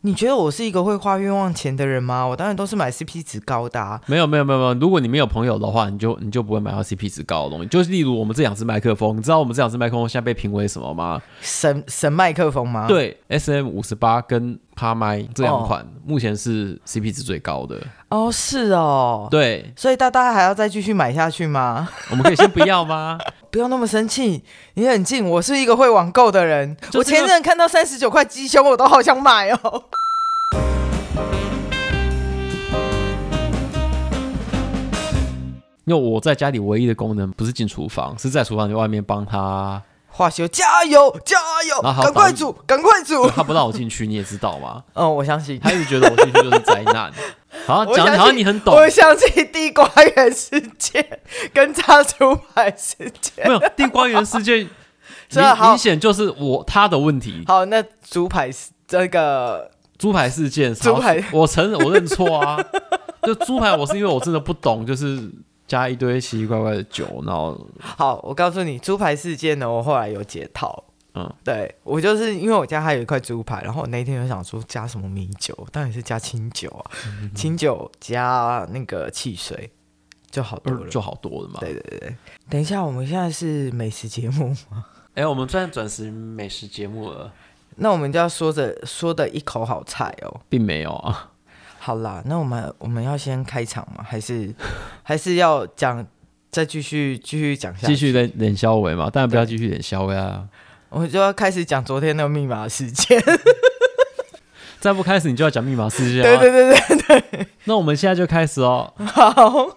你觉得我是一个会花冤枉钱的人吗？我当然都是买 CP 值高的、啊。 没有没有没有没有，如果你没有朋友的话，你就你就不会买到 CP 值高的东西。就是例如我们这两支麦克风，你知道我们这两支麦克风现在被评为什么吗？神神麦克风吗？，对，SM 五十八跟帕麦这两款、目前是 CP 值最高的。哦，是哦。对，所以大家还要再继续买下去吗？ 我们可以先不要吗？ 不要那么生气，你冷静。我是一个会网购的人，就我这个前阵看到三十九块鸡胸，我都好想买哦。 因为我在家里唯一的功能不是进厨房，是在厨房外面帮他，化学，加油加油，然后还有赶快导煮，赶快煮。 他不让我进去，你也知道嘛，嗯，我相信。他一直觉得我进去就是灾 难。好，我讲相好像信你很懂，我想起地瓜园事件 跟炸猪排事件。没有地瓜园事件， 是啊明好明显就是我他的问题。好，那猪排是这个猪排事件，猪排好我承认我认错啊。 就猪排，我是因为我真的不懂，就是加一堆奇奇怪怪的酒，然后好，我告诉你，猪排事件呢，我后来有解套。嗯对我就是因为我家还有一块猪排，然后我那天就想说加什么米酒，当然是加清酒啊，嗯清酒加那个汽水就好多了。就好多了嘛。对对对，等一下，我们现在是美食节目，哎、我们算转型美食节目了，那我们就要说着说的一口好菜哦。并没有啊。好啦，那我们我们要先开场吗？还是 还是要讲再继续继续讲 下去？继续脸脸消维嘛，当然不要继续脸消维啊！我就要开始讲昨天那个密码事件。再不开始，你就要讲密码事件、对啊。对对对，那我们现在就开始哦。好，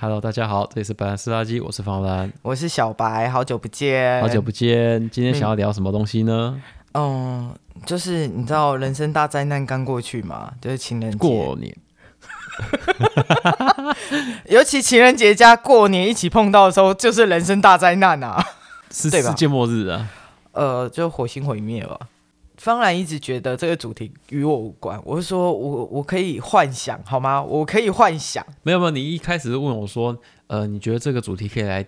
Hello，大家好，这里是白兰斯垃圾，我是方兰，我是小白，好久不见，好久不见。今天想要聊什么东西呢？哎嗯，就是你知道人生大灾难刚过去嘛，就是情人节，过年尤其情人节加过年一起碰到的时候，就是人生大灾难啊。 是对吧世界末日啊！呃，就火星毁灭吧。方然一直觉得这个主题与我无关，我是说我我可以幻想好吗？我可以幻想。没有没有，你一开始问我说，呃，你觉得这个主题可以来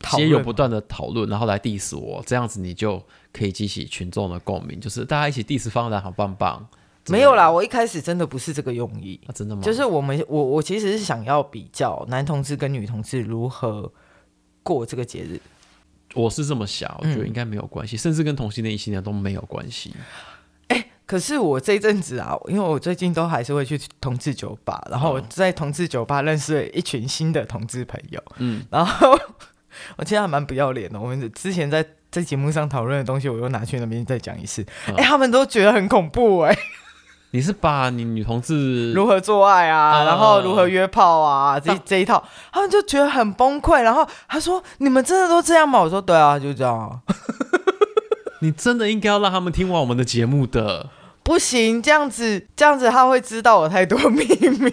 讨接论有吗不断的讨论，然后来 diss 我，这样子你就可以激起群众的共鸣，就是大家一起 diss 方兰好棒棒。没有啦，我一开始真的不是这个用意，啊，真的吗？就是我们我我其实是想要比较男同志跟女同志如何过这个节日。我是这么想，我觉得嗯应该没有关系，甚至跟同性恋、异性恋都没有关系。可是我这一阵子啊，因为我最近都还是会去同志酒吧，然嗯后我在同志酒吧认识了一群新的同志朋友， 嗯，然后我其实还蛮不要脸的。我们之前在在节目上讨论的东西，我又拿去那边再讲一次，哎、嗯他们都觉得很恐怖哎、你是把你女同志如何做爱啊，嗯然后如何约炮啊，这这一套，他们就觉得很崩溃。然后他说：“你们真的都这样吗？”我说：“对啊，就这样啊。 你真的应该要让他们听完我们的节目的。”不行，这样子，这样子他会知道我太多秘密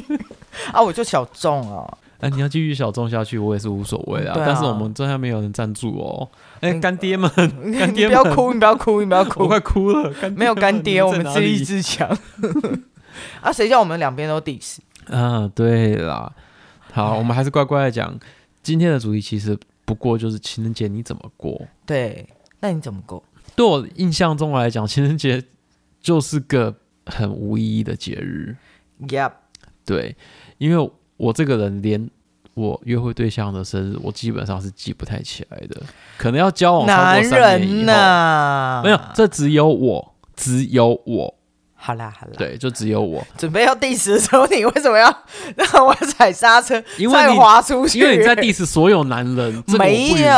啊！我就小众啊，哎、你要继续小众下去，我也是无所谓啦。对啊但是我们这下没有人赞助哦。哎、嗯干爹们，你干你爹不要们哭，你不要哭，你不要我哭，快哭了。干没有们干爹，你我在们哪自立里自强 啊！谁叫我们两边都 diss？ 啊，对啦，好，我们还是乖乖的讲今天的主题，其实不过就是情人节你怎么过。对，那你怎么过？对我印象中来讲，情人节就是个很无意义的节日。 Yep，对，因为我这个人连我约会对象的生日，我基本上是记不太起来的，可能要交往超男过三年以人后。呐、没有，这只有我，只有我，好啦好啦，对，就只有我， 准备要 diss 的时候，你为什么要让我踩刹车，因为再你滑出去？因为你在 diss 所有男人，这个我不没允许有，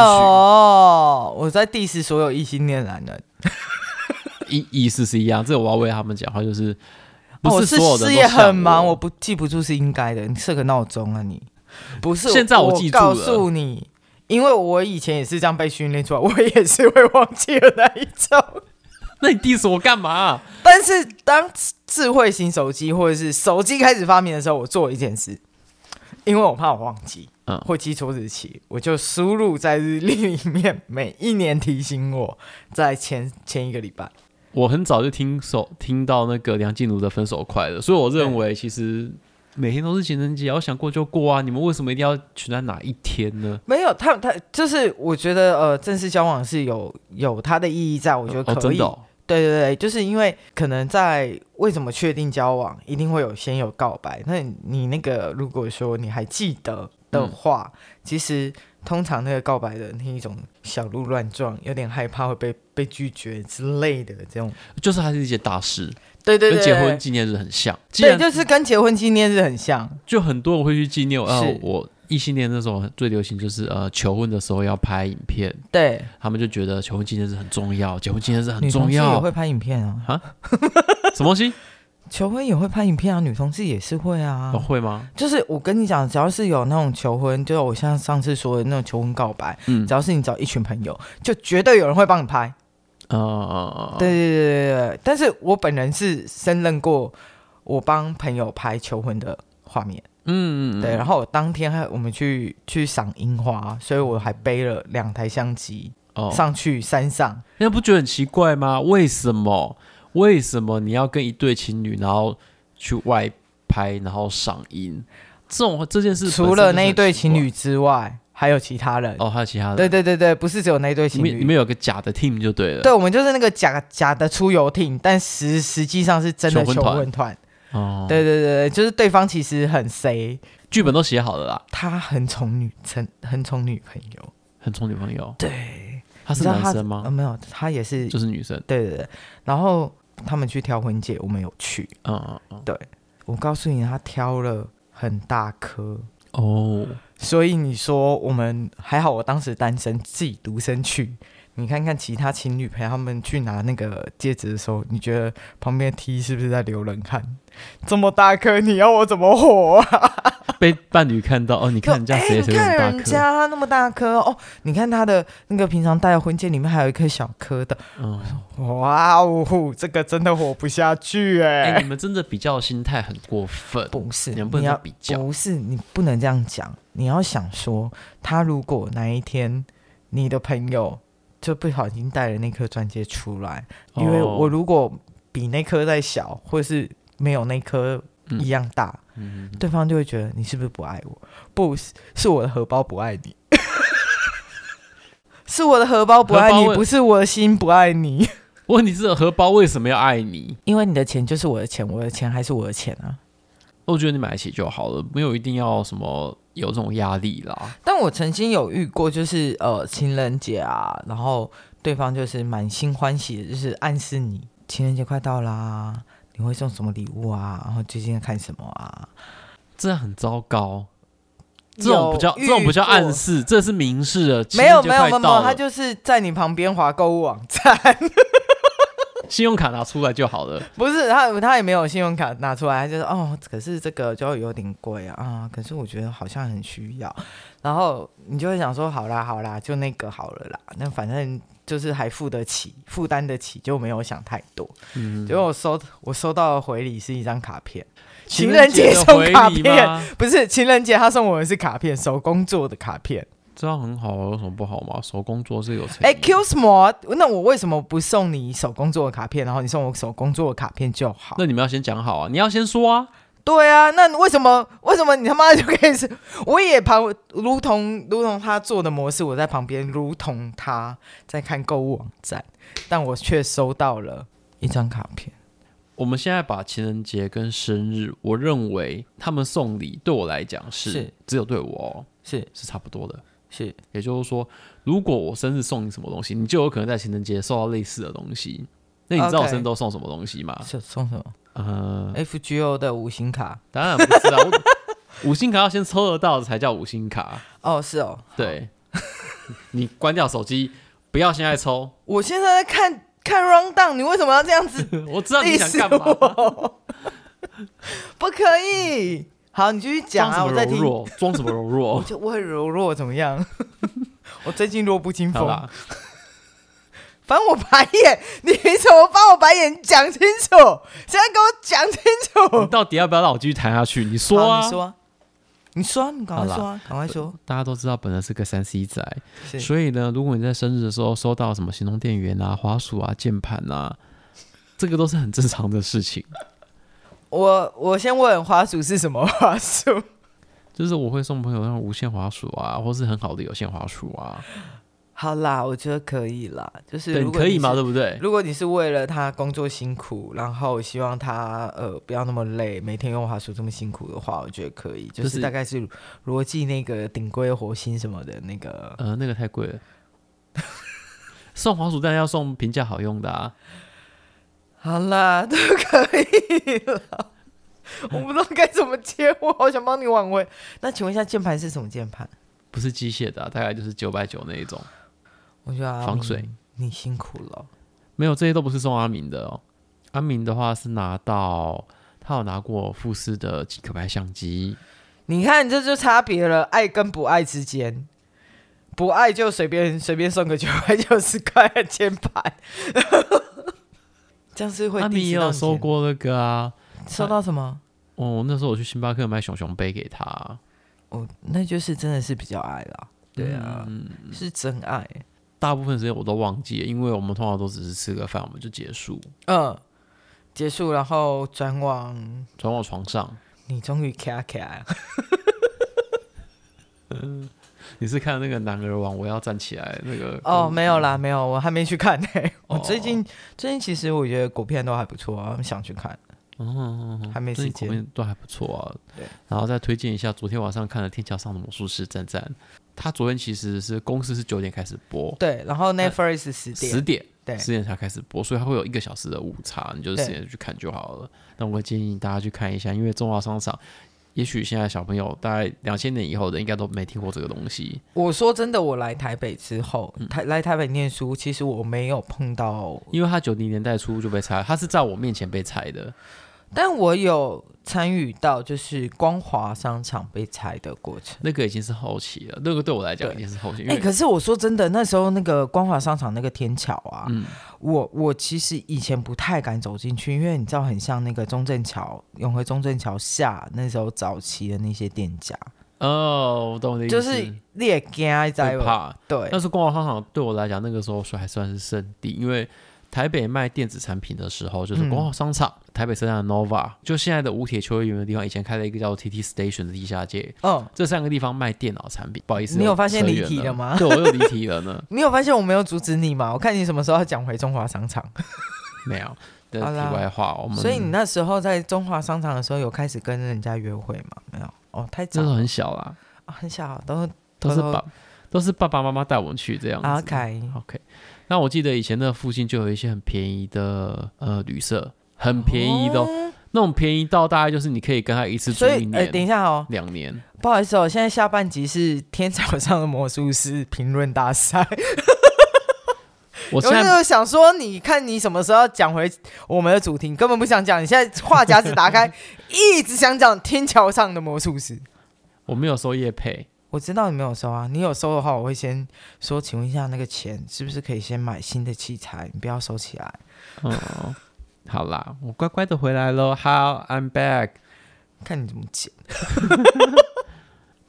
我在 diss 所有异性恋男人。意意思是一样，这我要为他们讲话，就是哦不我是所有人都事业像很忙，我我不记不住是应该的。你设个闹钟啊你！不是，现在我我记住告了诉你，因为我以前也是这样被训练出来，我也是会忘记的那一种。 那你 diss 我干嘛、啊但是当智慧型手机或者是手机开始发明的时候，我做了一件事，因为我怕我忘记，嗯或记错日期，我就输入在日历里面，每一年提醒我在前前一个礼拜。我很早就听手听到那个梁静茹的《分手快乐》，所以我认为其实每天都是情人节，我想过就过啊，你们为什么一定要选在哪一天呢？没有，他他就是我觉得呃，正式交往是有有它的意义在，我觉得可哦，真以，的、哦，对对对，就是因为可能在为什么确定交往，一定会有先有告白。那你那个如果说你还记得的话，嗯其实通常那个告白的那一种小鹿乱撞，有点害怕会被被拒绝之类的这种。就是它是一件大事，对对对，跟结对婚纪念日很像。既对，然就是跟结婚纪念日很像。就很多人会去纪念，啊是，我异性恋那时候最流行就是呃求婚的时候要拍影片，对，他们就觉得求婚纪念日很重要，结婚纪念日很女同重志也要，会拍 影片啊，什么东西、求婚也会拍影片啊，女同志也是会啊。哦、会吗？就是我跟你讲，只要是有那种求婚，就是我像上次说的那种求婚告白，嗯只要是你找一群朋友，就绝对有人会帮你拍。呃呃，呃对对对对对。但是我本人是胜任过我帮朋友拍求婚的画面，嗯嗯，嗯对。然后我当天还我们去去赏樱花，所以我还背了两台相机、哦，上去山上。那不觉得很奇怪吗？为什么？为什么你要跟一对情侣，然后去外拍，然后赏樱？这种这件事本身除就是了很那一对奇情怪侣之外，还有其他人。哦，还有其他的，对对对对，不是只有那一对你情们你侣。们有个假的 team 就对了，对，我们就是那个假假的出游艇，但实实际上是真的求婚求团婚团。哦，对对对对，就是对方其实很 C，剧本都写好了啦，他很宠女，很很宠女朋友。很宠女朋友，对，他是你知道男他生呃，吗？没有，他也是，就是女生，对对对。然后他们去挑婚戒，我们有去。嗯嗯嗯，我告诉你，他挑了很大颗，哦，所以你说我们还好，我当时单身，自己独身去。你看看其他情侣陪他们去拿那个戒指的时候，你觉得旁边的 T 是不是在流冷汗？这么大颗，你要我怎么活啊？被伴侣看到哦， 你看人家哎谁你谁看很大人颗，家那么大颗哦，你看他的那个平常戴的婚戒里面还有一颗小颗的，嗯，哇哦，这个真的活不下去哎、哎，你们真的比较心态很过分，不是，你们不你能要再比较，不是你不能这样讲，你要想说，他如果哪一天你的朋友就不小心带了那颗钻戒出来，因为哦我如果比那颗再小，或是没有那颗一样大，嗯，对方就会觉得你是不是不爱我？不是，是我的荷包不爱你， 是我的荷包不爱荷你，包为不是我的心不爱你。问题是荷包为什么要爱你？因为你的钱就是我的钱，我的钱还是我的钱啊。我觉得你买得起就好了，没有一定要什么有这种压力啦。但我曾经有遇过，就是呃情人节啊，然后对方就是满心欢喜的，就是暗示你情人节快到啦，你会送什么礼物啊？然后最近在看什么啊？这很糟糕。这种不叫有遇这种不叫过暗示，这是明示了。情没人有节没有快没有，没到有了他就是在你旁边划购物网站。信用卡拿出来就好了。不是他，他也没有信用卡拿出来，他就说哦，可是这个就有点贵啊啊，可是我觉得好像很需要，然后你就会想说，好啦好啦，就那个好了啦，那反正就是还付得起，负担得起，就没有想太多。嗯，结果我收我收到的回礼是一张卡片，情 情人人节节的送卡回礼片，吗？不是情人节他送我的是卡片，手工做的卡片。这样很好啊，有什么不好吗？手工做是有诚意。哎，Q 什么？那我为什么不送你手工做的卡片，然后你送我手工做的卡片就好？那你们要先讲好啊，你要先说啊。对啊，那为什么为什么你他妈就可以是？我也旁如同如同他做的模式，我在旁边如同他在看购物网站，但我却收到了一张卡片。我们现在把情人节跟生日，我认为他们送礼对我来讲是是只有对我、哦、是是差不多的。是，也就是说，如果我生日送你什么东西，你就有可能在情人节收到类似的东西。那你知道 OK 我生日都送什么东西吗？送送什么呃， ？FGO 的五星卡？当然不是啊，我五星卡要先抽得到才叫五星卡。哦，是哦。对，你关掉手机，不要现在抽。我现在在看看 round down，你为什么要这样子 我知道你累想死干嘛。我？ 不可以。好，你继续讲嗯装啊，什我么在柔听。弱？装什么 柔我弱？就我很柔弱，怎么样？ 我最近弱不禁好风。啦，翻我白眼， 你凭什么翻我白眼？讲清楚，现在给我讲清你楚。到底要不要让我继续谈下去？你说好啊你。说啊，你说啊，你赶快说啊，赶快说。大家都知道本人是个三 C 仔，是所以呢，如果你在生日的时候收到什么行动电源啊、滑鼠啊、键盘啊，这个都是很正常的事情。我我先问滑鼠是什么滑鼠？就是我会送朋友那种无线滑鼠啊，或是很好的有线滑鼠啊。 好啦，我觉得可以啦，就是对，如你果可以你吗？是对不对？如果你是为了他工作辛苦，然后希望他呃不要那么累，每天用滑鼠这么辛苦的话，我觉得可以，就就是是大概是逻辑那个顶规火星什么的那个，呃，那个太贵了。 送黄鼠蛋要送评价好用的啊，好啦，都可以了。我不知道该怎么接，我好想帮你挽回。那请问一下，键盘是什么键盘？不是机械的、啊，大概就是九百九那一种。我觉得阿防明水，你辛苦了。没有，这些都不是送阿明的哦。阿明的话是拿到，他有拿过富士的即可拍相机，你看这就差别了，爱跟不爱之间。不爱就随便随便送个九百九十块的键盘，这样是会阿明也 diss 到有你收钱过那个啊。收到什么？哦，那时候我去星巴克买熊熊杯给他，哦，那就是真的是比较爱啦。嗯对啊，是真爱。大部分时间我都忘记了，因为我们通常都只是吃个饭我们就结束，嗯，结束，然后转往转往床上。你终于卡卡了。你是看那个男儿王，我要站起来那个 嗯哦，没有啦，没有，我还没去看呢、我哦最近最近其实我觉得国片都还不错啊，想去看，嗯，还没最时近国间。片都还不错啊。对，然后再推荐一下，昨天晚上看了《天桥上的魔术师》赞赞，他昨天其实是公司是九点开始播，对，然后 Netflix 十哎十点，点对十点才开始播，所以它会有一个小时的误差，你就是哎对十点去看就好了。那我会建议大家去看一下，因为中华商场。也许现在小朋友大概两千年以后的，应该都没听过这个东西。我说真的，我来台北之后，嗯台来台北念书，其实我没有碰到，因为他九零年代初就被拆，他是在我面前被拆的。但我有参与到就是光华商场被拆的过程。那个已经是后期了，那个对我来讲对已经是后期，因哎、为、可是我说真的，那时候那个光华商场那个天桥啊，嗯，我我其实以前不太敢走进去，因为你知道很像那个中正桥、永和中正桥下那时候早期的那些店家，哦，我懂你的意思，就是你也惊在吧？会怕。对但是光华商场对我来讲，那个时候说还算是圣地，因为台北卖电子产品的时候，就是嗯光华商场、台北车站的 Nova，就现在的五铁秋叶原的地方，以前开了一个叫 TT Station 的地下街，嗯，这三个地方卖电脑产品。不好意思，你有我发现扯离远题了了吗对，我又离题了呢。你有发现我没有阻止你吗？我看你什么时候要讲回中华商场，没有。的好啦题外话， 我们所以你那时候在中华商场的时候有开始跟人家约会吗？没有哦，太那早时候了、很小啦，啊很小，都都是偷偷爸都是爸爸妈妈带我们去这样子。啊 OK， OK，那我记得以前那附近就有一些很便宜的呃旅社，很便宜的、哦，哦那种便宜到大概就是你可以跟他一次住所一以，哎、等一年、下哦，两年。不好意思哦，现在下半集是天桥上的魔术师评论大赛。我我现在就想说，你看你什么时候要讲回我们的主题，你根本不想讲。你现在话匣子打开，一直想讲天桥上的魔术师。我没有收业配，我知道你没有收啊，你有收的话，我会先说，请问一下那个钱是不是可以先买新的器材？你不要收起来。嗯，好啦，我乖乖的回来喽。How I'm back。看你怎么 剪。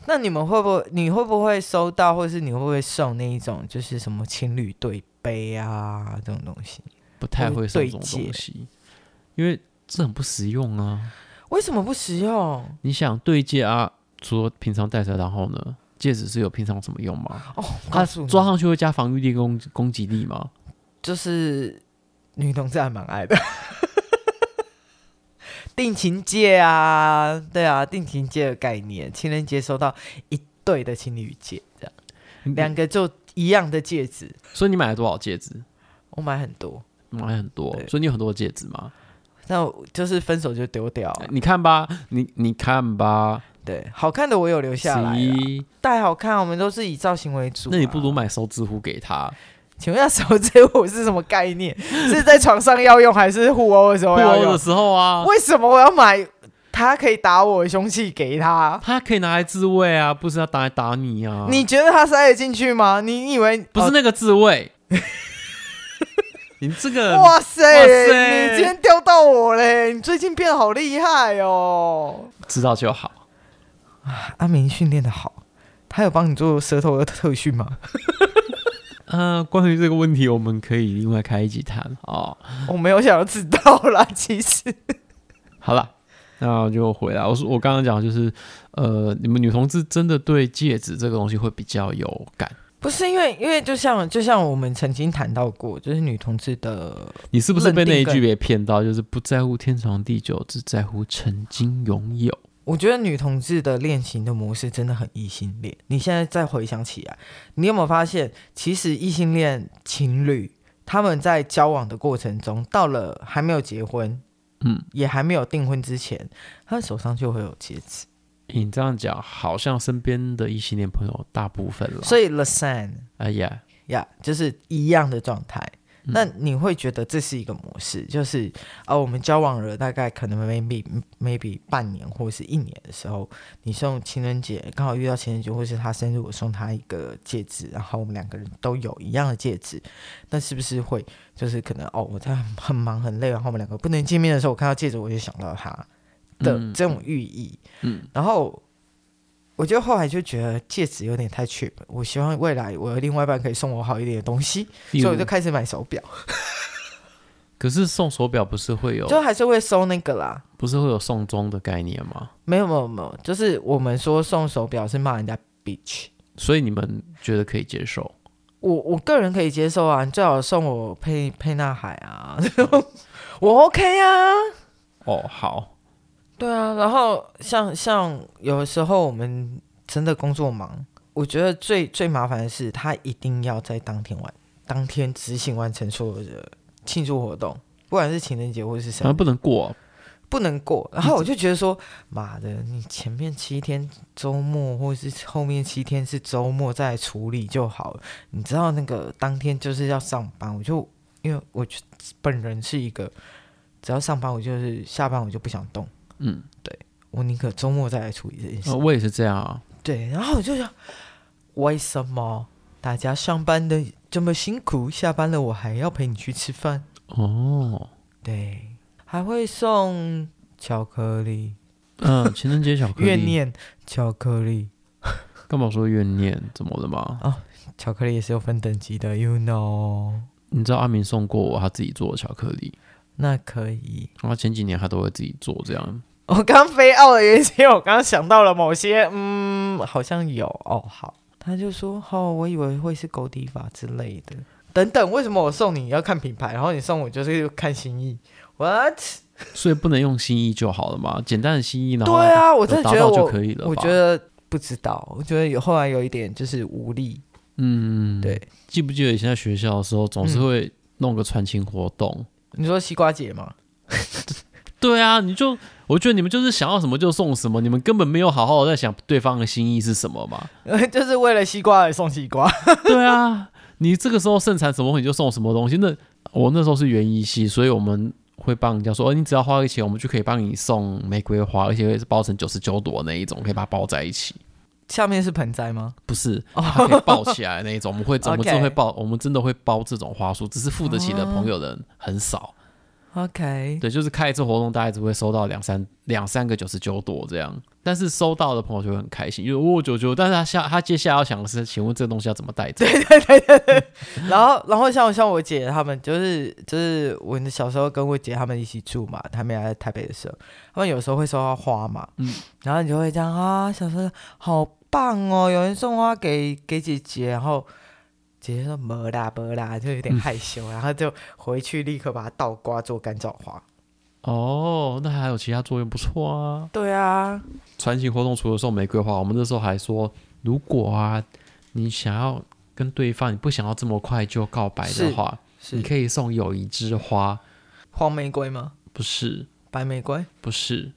那你们会不会？你会不会收到，或是你会不会送那一种，就是什么情侣对杯啊这种东西？不太会送这种我对戒东西，因为这很不实用啊。为什么不实用？你想对戒啊，除了平常戴着，然后呢，戒指是有平常有什么用吗？哦，它告诉你，抓上去会加防御力攻攻击力吗？就是女同志还蛮爱的， 定情戒啊，对啊，定情戒的概念，情人节收到一对的情侣戒，这样嗯两个就一样的戒指，所以你买了多少戒指？我买很多，买很多，对所以你有很多戒指吗？那我就是分手就丢掉了，你看吧，你你看吧，对，好看的我有留下啊来啦，行戴好看，我们都是以造型为主、啊那你不如。买手指虎给他，请问一下，手指虎是什么概 念？是在床上要用，还是互殴的时互候要殴用的？时候啊，为什么我要买他可以打我的凶器给他？他可以拿来自卫啊，不是要拿来打你哦啊。你觉得他塞得进去吗？你以为哦不是、那个自 卫，你这个哦哇塞哇塞你今天钓到我嘞！你最近变得好厉害哦。知道就好。阿明训练的好，他有帮你做舌头的特训吗？呃，关于这个问题，我们可以另外开一集谈哦。 我没有想要知道啦，其实。好了，那我就回来。我说我刚刚讲的就是，呃，你们女同志真的对戒指这个东西会比较有感，不是因为，因为就像就像我们曾经谈到过，就是女同志的，你是不是被那一认定句给骗到？就是不在乎天长地久，只在乎曾经拥有。我觉得女同志的恋情的模式真的很异性恋。你现在再回想起来，你有没有发现，其实异性恋情侣他们在交往的过程中，到了还没有结婚，嗯，也还没有订婚之前，他们手上就会有戒指。欸你这样讲，好像身边的异性恋朋友大部分了。所以 l a s a n 哎呀，呀就是一样的状态。嗯那你会觉得这是一个模式，就是啊、我们交往了大概可能 maybe maybe 半年或是一年的时候，你送情人节刚好遇到情人节，或是他生日，我送他一个戒指，然后我们两个人都有一样的戒指，那是不是会就是可能哦，我在很忙很累，然后我们两个不能见面的时候，我看到戒指我就想到他的嗯这种寓意，嗯，然后我就后来就觉得戒指有点太 cheap，了我希望未来我的另外一半可以送我好一点的东西，所以例如我就开始买手表，可是送手表不是会有，就还是会收那个啦。不是会有送钟的概念吗？没有没有没有，就是我们说送手表是骂人家 bitch，所以你们觉得可以接受？我我个人可以接受啊，你最好送我沛沛纳海啊， 这种我 OK 啊。哦，好，对啊，然后像像有的时候我们真的工作忙，我觉得最最麻烦的是他一定要在当天完当天执行完成所有的庆祝活动，不管是情人节或者是什反么，正不能过啊、不能过。然后我就觉得说，妈的，你前面七天周末或者是后面七天是周末再来处理就好了。你知道那个当天就是要上班，我就因为我就本人是一个只要上班我就是下班我就不想动。嗯、我宁可周末再来处理这件事。呃我也是这样啊。对，然后我就想，为什么大家上班的这么辛苦，下班了我还要陪你去吃饭？哦，对，还会送巧克力，嗯、情人节巧克力，怨念巧克力，干嘛说怨念？怎么了嘛？巧克力也是有分等级的，you know。你知道阿明送过我他自己做的巧克力，那可以。然后前几年他都会自己做这样。我刚飞奥的原因是因为我刚刚想到了某些，嗯，好像有哦。好，他就说，哦，我以为会是狗底法之类的。等等，为什么我送你要看品牌，然后你送我就是看心意？What？所以不能用心意就好了嘛，简单的心意，然后对啊，我真的达觉得到就我，可以了吧。我觉得不知道，我觉得有后来有一点就是无力。嗯，对。记不记得以前在学校的时候，总是会弄个传情活动？你说西瓜姐吗？对啊，你就我觉得你们就是想要什么就送什么，你们根本没有好好在想对方的心意是什么 嘛。 就是为了西瓜而送西瓜。对啊，你这个时候盛产什么你就送什么东西。那我那时候是园艺系，所以我们会帮人家说，哦，你只要花个钱，我们就可以帮你送玫瑰花，而且会是包成九十九朵那一种，可以把它包在一起。下面是盆栽吗？不是，它可以抱起来那一种，我们会，我们 OK 真的会 抱，我们真的会包这种花束，只是付得起的朋友的人很少。嗯 OK，对，就是开一次活动，大概只会收到两三两三个九十九朵这样，但是收到的朋友就会很开心，因为哦九九，但是他下他接下来要想的是，请问这个东西要怎么带走？ 然后然后像像我姐他们，就是就是我小时候跟我姐他们一起住嘛，他们也在台北的时候，他们有时候会收到花嘛，嗯然后你就会这样啊，小时候好棒哦，有人送花给给姐姐，然后姐姐说没啦没啦，就有点嗯害羞，然后就回去立刻把它倒刮做干燥花。哦，那还有其他作用，不错啊。对啊，传情活动除了送玫瑰花，我们那时候还说，如果啊你想要跟对方，你不想要这么快就告白是的话，你是可以送友谊之花，黄玫瑰吗？不是白玫瑰、不是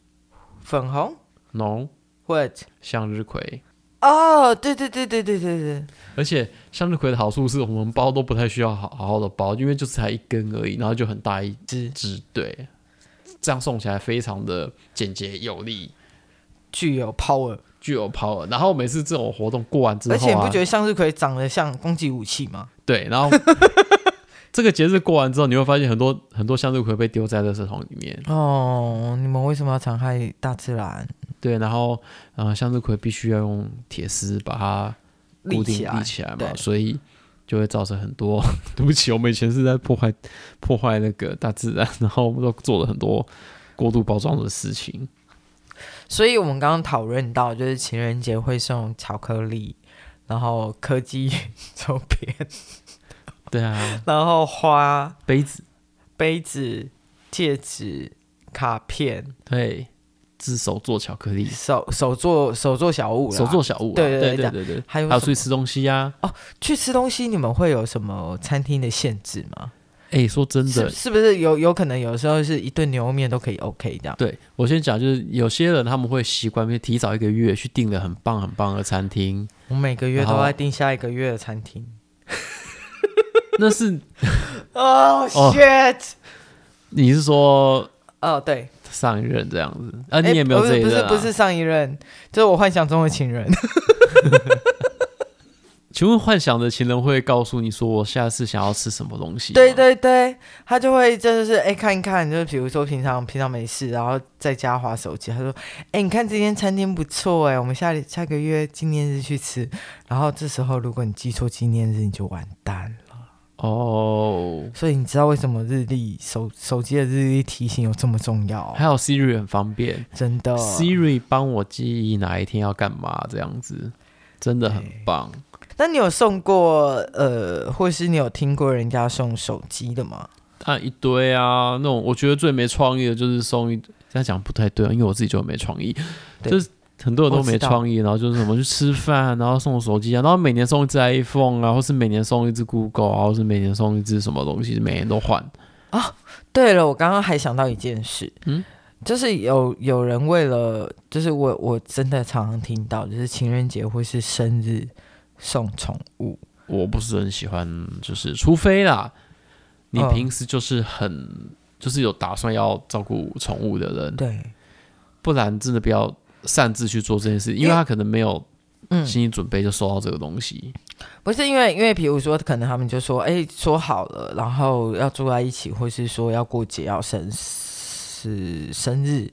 粉红 no 或者向日葵。哦，对对对对对对对，而且向日葵的好处是我们包都不太需要好好好的包，因为就才一根而已，然后就很大一是支，对，这样送起来非常的简洁有力，具有 power。具有 power。然后每次这种活动过完之后、而啊，且你不觉得向日葵长得像攻击武器吗？对，然后 这个节日过完之后，你会发现很多很多向日葵被丢在垃圾桶里面，哦，你们为什么要残害大自然？对，然后呃向日葵必须要用铁丝把它固立定起来立起来嘛，对所以就会造成很多。 对不起，我们以前是在破坏破坏那个大自然，然后我们都做了很多过度包装的事情。所以我们刚刚讨论到，就是情人节会送巧克力，然后科技 周边，对啊，然后花、杯子，杯子、戒指、卡片、 对，自手做巧克力，手手做手做小物啦，手做小物啊，对对对对对对对，还有还有什出去吃东西呀。去吃东西，你们会有什么餐厅的限制吗？哎，说真是的，是不是有有可能有时候是一顿牛肉面都可以 OK 这样？对我先讲，就是有些人他们会习惯，比如提早一个月去订了很棒很棒的餐厅，我每个月然后都在订下一个月的餐厅。那是哦、哦 shit！你是说哦，对，上一任这样子啊？哎你也没有不这是一不任是啊？不是上一任，就是我幻想中的情人。请问幻想的情人会告诉你说我下次想要吃什么东 西？对，对对，他就会真的是哎、看一看，就是比如说平常平常没事，然后在家划手机，他说哎、你看这间餐厅不错哎、我们下下个月纪念日去吃。然后这时候如果你记错纪念日，你就完蛋了。哦，所以你知道为什么日历手手机的日历提醒有这么重要哦、还有 Siri 很方便、真的 s i r i 帮我记忆哪一天要干嘛，这样子真的很棒。那你有送过呃，或是你有听过人家送手机的吗？啊，一堆啊，那种我觉得最没创意的就是送一，这样讲不太对啊，因为我自己就很没创意，对就是很多人都我没知道创意，然后就是什么去吃饭，然后送手机啊，然后每年送一只 iPhone 啊，或是每年送一只 Google 啊，或是每年送一只什么东西，每年都换。对了，我刚刚还想到一件事，嗯就是有有人为了，就是我我真的常常听到，就是情人节或是生日送宠物，我不是很喜欢，就是除非啦，你嗯平时就是很、就是有打算要照顾宠物的人，对，不然真的不要擅自去做这件事，因因为为他可能没有嗯，心理准备就收到这个东西。不是因为因为比如说，可能他们就说，哎、说好了，然后要住在一起，或是说要过节要生是生日，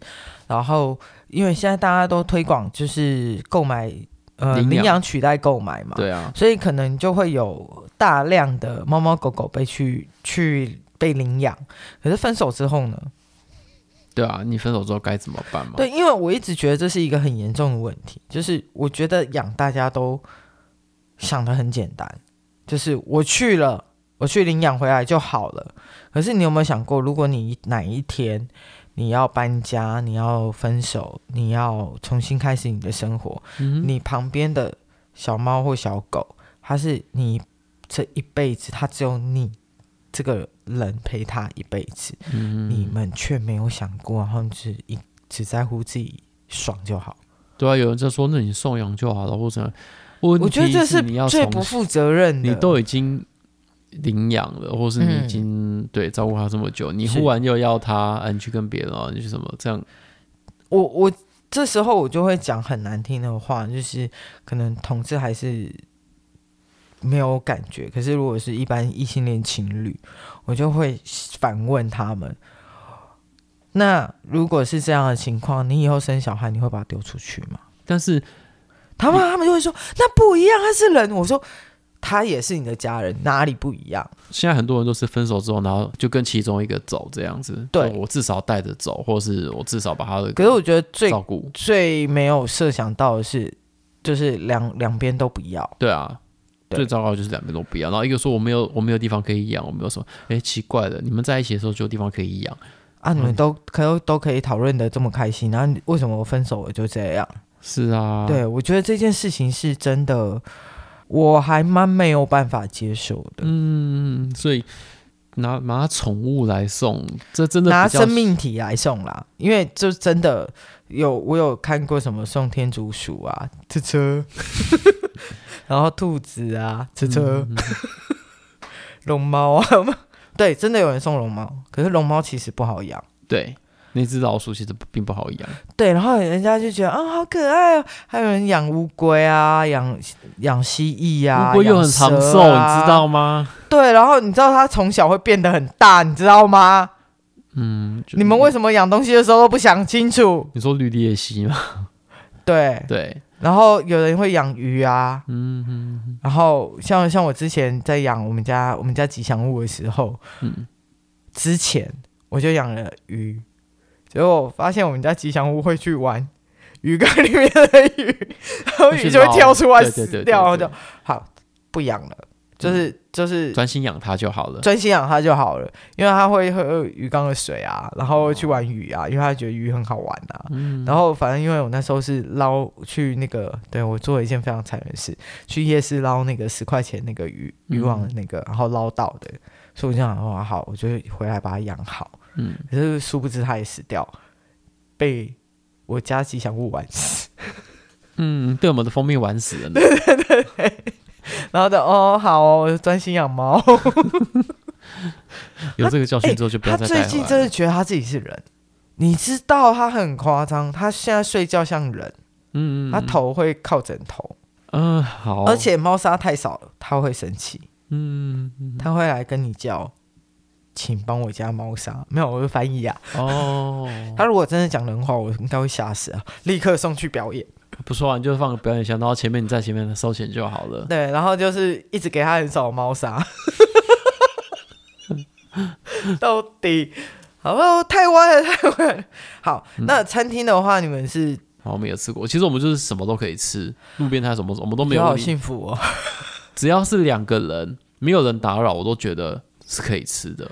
然后因为现在大家都推广就是购买呃领养领养取代购买嘛，对啊，所以可能就会有大量的猫猫狗狗被去去被领养。可是分手之后呢？对啊，你分手之后该怎么办嘛？对，因为我一直觉得这是一个很严重的问题，就是我觉得养大家都想的很简单，就是我去了，我去领养回来就好了。可是你有没有想过，如果你哪一天你要搬家，你要分手，你要重新开始你的生活，嗯哼，你旁边的小猫或小狗，它是你这一辈子，它只有你这个人陪它一辈子，嗯你哼，们却没有想过，然后只一只在乎自己爽就好。对啊，有人在说，那你送养就好了，或者我我觉得这是你要最从不负责任的。你都已经领养了，或是你已嗯经、对照顾他这么久，你是忽然又要他，啊，你去跟别人啊，你去什么这样？我我这时候我就会讲很难听的话，就是可能同志还是没有感觉，可是如果是一般异性恋情侣，我就会反问他们：那如果是这样的情况，你以后生小孩，你会把他丢出去吗？但是他们他们就会说：那不一样，他是人。我说他也是你的家人，哪里不一样？现在很多人都是分手之后，然后就跟其中一个走这样子。对就我至少带着走，或是我至少把他的可是我觉得最照顾。最没有设想到的是，就是两两边都不要。对啊，对最糟糕的就是两边都不要，然后一个说我没有我没有地方可以养，我没有什么。哎，奇怪了，你们在一起的时候就有地方可以养，啊，你嗯们都可都都可以讨论的这么开心，然后你为什么我分手我就这样？是啊，对我觉得这件事情是真的，我还蛮没有办法接受的。嗯，所以拿拿宠物来送，这真的拿比较生命体来送啦，因为就真的有我有看过什么送天竺鼠啊，车车， 然后兔子啊，车车，嗯龙猫啊， 对，真的有人送龙猫，可是龙猫其实不好养。对，那只老鼠其实并不好 养。对，然后人家就觉得啊、好可爱哦。还有人养乌龟啊，养养蜥蜴啊，乌龟又很长养蛇寿，啊你知？道吗？对，然后你知道它从小会变得很大，你知道 吗？嗯，就你们为什么养东西的时候都不想清楚？你说绿鬣蜥吗？ 对，对，然后有人会养鱼啊，嗯嗯然后像像我之前在养我们家我们家吉祥物的时候，嗯，之前我就养了鱼，结果我发现我们家吉祥物会去玩鱼缸里面的鱼，然后鱼就会跳出来对对对死对掉，然后对就好不养了，就是、就是嗯专心养它就好了。专心养它就好了，因为它会喝鱼缸的水啊，然哦后去玩鱼啊，因为它觉得鱼很好玩啊。嗯，然后反正因为我那时候是捞去那个，对我做了一件非常残忍的事，去夜市捞那个十块钱那个鱼渔网的那嗯个，然后捞到的，所以我就想哇好，我就回来把它养好。嗯，可是殊不知它也死掉，被我家吉祥物玩死。 嗯，被我们的蜂蜜玩死了呢。然后就哦好哦，我就专心养猫。有这个教训之后， 就不他要再带最回近来真了。的觉得他自己是人，你知道他很夸张，他现在睡觉像人，嗯嗯，嗯他，头会靠枕头，嗯，好，而，且猫砂太少了，他会生气。嗯，嗯他会来跟你叫，请帮我加猫砂。没有，我会翻译啊。哦，他如果真的讲人话，我应该会吓死啊！立刻送去表演。不错啊，你就放个表演箱，然后前面你在前面收钱就好了。对，然后就是一直给他很少的猫 砂，到底好不好？太歪了，太歪了。好，那餐厅的话，你们是好，我们有吃过，其实我们就是什么都可以吃，路边摊什么我们都没你有好问题，幸福哦。 只要是两个人没有人打扰，我都觉得是可以吃的。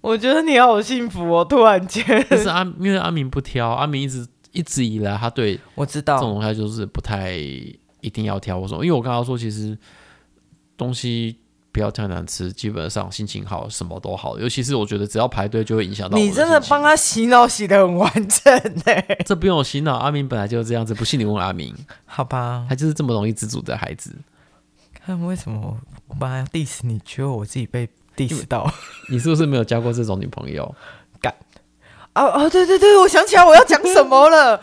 我觉得你好幸福哦，突然间。但是阿因为阿明不挑，阿明一直一直以来他对我知这道，种东西他就是不太一定要挑或什么，因为我刚刚说其实东西。不要太难吃，基本上心情好什么都好，尤其是我觉得只要排队就会影响到我你真的的心情帮他洗脑洗的很完整呢。这不用我洗脑，阿明本来就是这样子，不信你问阿明，好吧，他就是这么容易知足的孩子。看为什么我本来要 diss 你，结果我自己被 diss 到。你是不是没有交过这种女朋友？哦哦，对对对，我想起来我要讲什么了。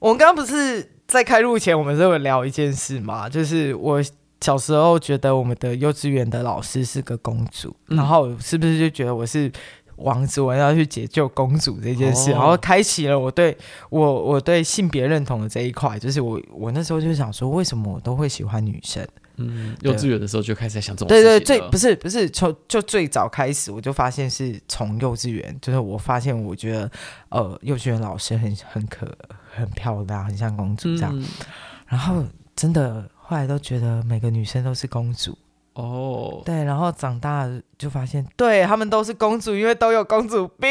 我们刚刚不是在开录前，我们是有聊一件事嘛，就是我小时候觉得我们的幼稚园的老师是个公主，嗯然后是不是就觉得我是王子，我要去解救公主这件事，哦然后开启了我对我我对性别认同的这一块，就是我我那时候就想说，为什么我都会喜欢女生？嗯，幼稚园的时候就开始在想这啊种对对，事情最了不是不是从就最早开始，我就发现是从幼稚园，就是我发现我觉得呃幼稚园老师很很可很漂亮，很像公主这样，嗯然后真的后来都觉得每个女生都是公主，哦，对，然后长大就发现对她们都是公主，因为都有公主 病。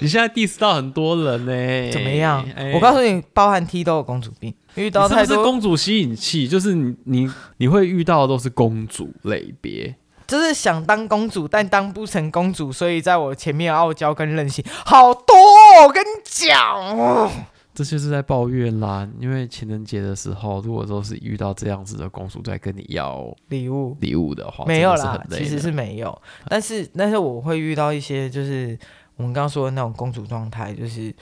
你现在 diss 到很多人呢、怎么样？哎我告诉你，包含 T 都有公主病，遇到你太是不是多公主吸引器？就是你你你会遇到的都是公主类别，就是想当公主，但当不成公主，所以在我前面傲娇跟任性好多哦、我跟你讲哦，这就是在抱怨啦。因为情人节的时候，如果都是遇到这样子的公主在跟你要礼物礼物的话，没有真的是啦很，其累的实是没有，但是但是我会遇到一些就是我们刚刚说的那种公主状态，就是。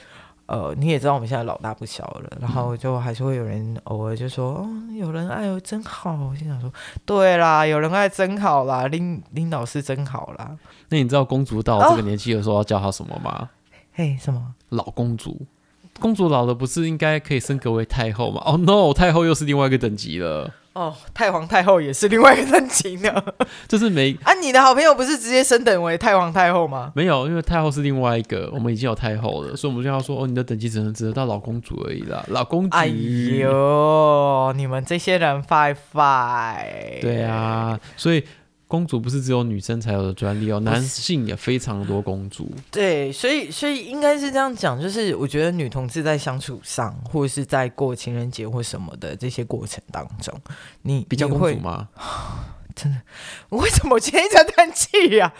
呃，你也知道我们现在老大不小了，然后就还是会有人偶尔就说，哦，有人爱我真好。我心想说，对啦，有人爱真好啦，林林老师真好啦。那你知道公主到哦这个年纪的时候要叫她什么吗？嘿，什么？老公主。公主老了不是应该可以升格为太后吗？哦、no，太后又是另外一个等级了，哦，太皇太后也是另外一个等级呢。就是没啊，你的好朋友不是直接升等为太皇太后吗？没有，因为太后是另外一个，我们已经有太后了，所以我们就要说哦，你的等级只能只得到老公主而已啦，老公主。哎呦，你们这些人 five five，对，啊，所以公主不是只有女生才有的专利哦，男性也非常多公主。对，所以所以应该是这样讲，就是我觉得女同志在相处上，或者是在过情人节或什么的这些过程当中，你比较你公会主吗？为什么今天一直在叹气呀、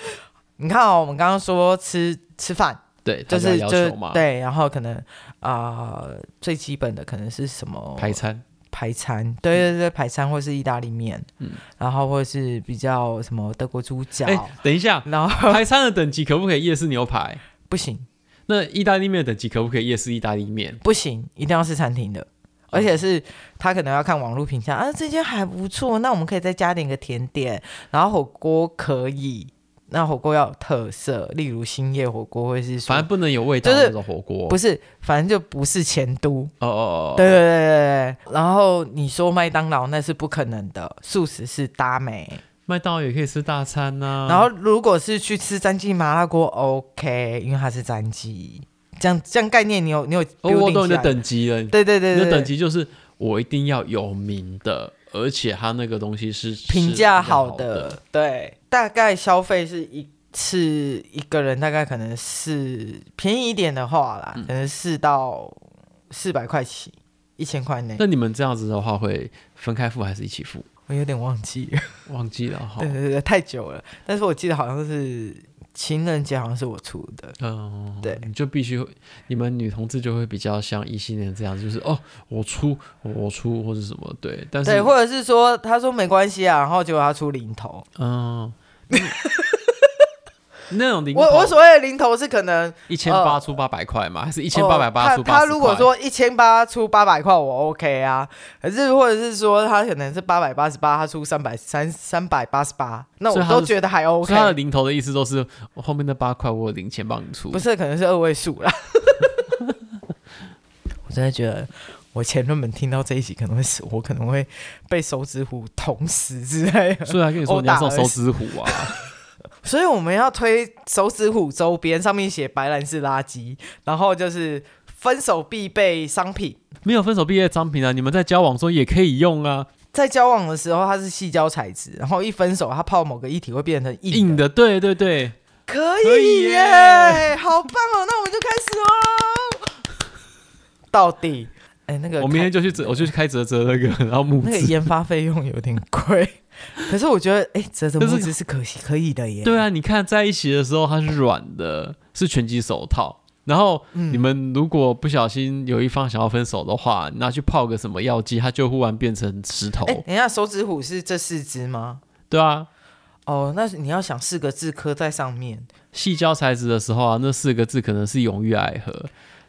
你看哦，我们刚刚说吃吃饭，对，就她这是样就要是求嘛，，对，然后可能啊、呃最基本的可能是什么排餐。排餐，对对对，排餐或是意大利面，嗯然后或是比较什么德国猪脚，哎、等一下，然后排餐的等级可不可以夜市牛排？不行那意大利面的等级可不可以夜市意大利面？不行，一定要是餐厅的，嗯而且是他可能要看网络评价啊，这间还不错，那我们可以再加点个甜点，然后火锅可以，那火锅要有特色，例如兴业火锅会是反说正不能有味道就是的那种火锅。不是，是，反正就不是前都，哦哦哦，对对对对对。然后你说麦当劳那是不可能的，素食是搭美。麦当劳也可以吃大餐呐、啊然后如果是去吃詹记麻辣锅，OK，因为它是詹记。这样这样概念，你有你有哦，我 building 懂你的起来等级了，对对对你对的对，等级就是我一定要有名的，而且他那个东西是评是价好好的，，对，大概消费是一次一个人大概可能是便宜一点的话啦，嗯可能四到四百块起，一千块内，那你们这样子的话，会分开付还是一起付？我有点忘记了，忘记了哈 对。对对，太久了，但是我记得好像是情人节，好像是我出的，嗯，对你就必须会，你们女同志就会比较像异性恋这样，就是哦，我出，我出或者什么，对，但对，是，或者是说他说没关系啊，然后结果他出零头，嗯， 那种零头我我所谓的零头是可能一千八出八百块嘛，还是一千八百八哦出八他他如果说一千八出八百块，我 OK 啊。可是或者是说他可能是八百八十八，他出三百三三百八十八，那所我以他都是觉得还所以他的 OK。零头的意思都是我后面那八块我有零钱帮你出，不是，可能是二位数啦。 我真的觉得，我前任们听到这一集可能会死，我可能会被手指虎捅死之类的。所以他跟你说殴你要打送而手已指虎啊， 所以我们要推手指虎周边，上面写白兰是垃圾，然后就是分手必备商品。没有分手毕业商品啊，你们在交往中也可以用啊，在交往的时候它是细胶材质，然后一分手它泡某个液体会变成硬的，硬的，对对对，可可以以耶耶，好棒哦！那我们就开始哦。 到底，哎、那个我明天开就去折，我就去开折折那个，然后木那个子，研发费用有点贵， 可是我觉得，哎、折折但是木质是可惜可以的耶。对啊，你看在一起的时候它是软的，是拳击手套，然后嗯你们如果不小心有一方想要分手的话，拿去泡个什么药剂，它就忽然变成石头哎、，等一下，手指虎是这四只吗？对啊，哦，那你要想四个字刻在上面，细胶材质的时候啊，那四个字可能是永浴爱 河。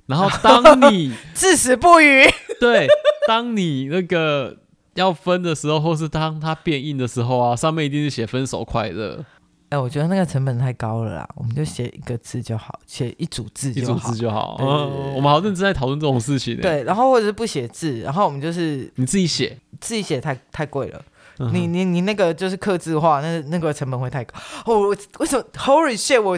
然后当你至死不渝。对，当你那个要分的时候，或是当它变硬的时候啊，上面一定是写分手快乐，哎、我觉得那个成本太高了啦，我们就写一个字就好，写一组字一就组好字。就好。对对对对嗯，我们好认真在讨论这种事情、欸。，对，然后或者是不写字，然后我们就是你自己写。自己写太太贵了。嗯哼你你你那个就是刻字化，那那个成本会太高。哦，我为什么 Holy shit！我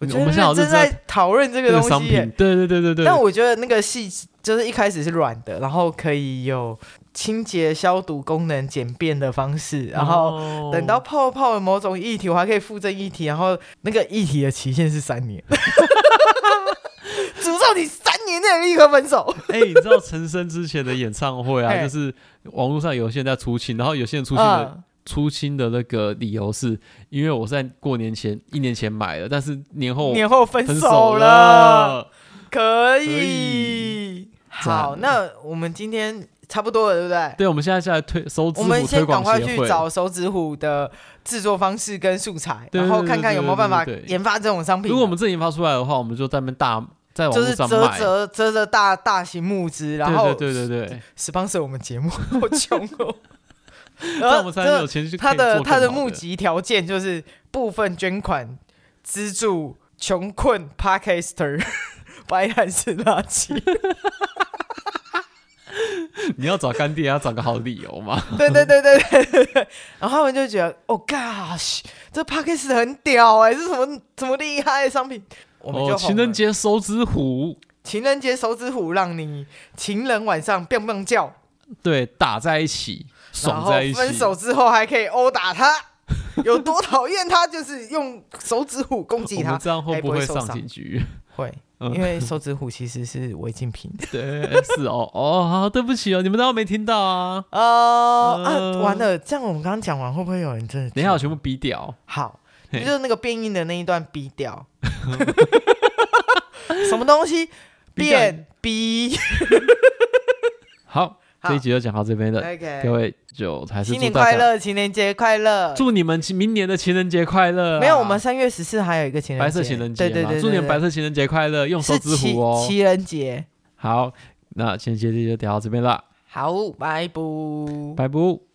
我觉我得们现认在好认真真在讨论这这个个东商西品耶。，对对对对对。但我觉得那个细就是一开始是软的，然后可以有清洁消毒功能简便的方式，然后后等到泡泡了某种液体，我还可以附赠液体，然后那个液体的期限是三年。 诅咒你三年内立刻分手。 哎、你知道陈升之前的演唱会啊， 嘿就是网络上有些人在出清，然后有些人出清的、嗯，出清的那个理由是因为我在过年前一年前买的，但是年后年后分分手了。了。可可以以。好，赞那我们今天差不多了，对不对？对，我们现在下来推手指我虎们推先赶广快协去会。找手指虎的制作方式跟素材，对然后看看有没有办法对对对对对研发这种商品啊。如果我们自己研发出来的话，我们就在那边大在网就络是上折卖。折折折大大型募资，然后对对对 对对， sponsor 我们节目，好穷 哦。这样我们才能有钱去可以他做的更他的好募集条件就是部分捐款资助穷困 Podcaster 白汉斯垃圾。 你要找干爹，要找个好理由嘛。对对对对对对对，然后他们就觉得，哦 gosh，这 p a c k a g e 很屌哎、这是什么什么厉害的商品？ 我们就、哦，情人，节手指虎，情人节手指虎让你情人晚上蹦蹦叫，对，打在一起，然爽后在一起。分手之后还可以殴打 他，有多讨厌他就是用手指虎攻击我们他，这样会还不不会会受上伤警局？会，嗯因为手指虎其实是违禁品。对，是哦，哦，好，对不起哦，你们当然没听到啊。哦、嗯啊，完了，这样我们刚刚讲完，会不会有人真的？等一下，我全部逼掉。好，嘿就是那个变音的那一段逼 掉，什么东西逼掉变逼好，好这一集就讲到这边的，各？OK，位就还是新祝年大快家，乐，情人节快乐！祝你们明年的情人节快乐啊。没有，我们三月十四还有一个情人节白色情人节对嘛，对对，祝你对们白色情人节快乐，用手是指虎哦。情人节，好，那情人节就聊到这边啦，好，拜拜。拜拜。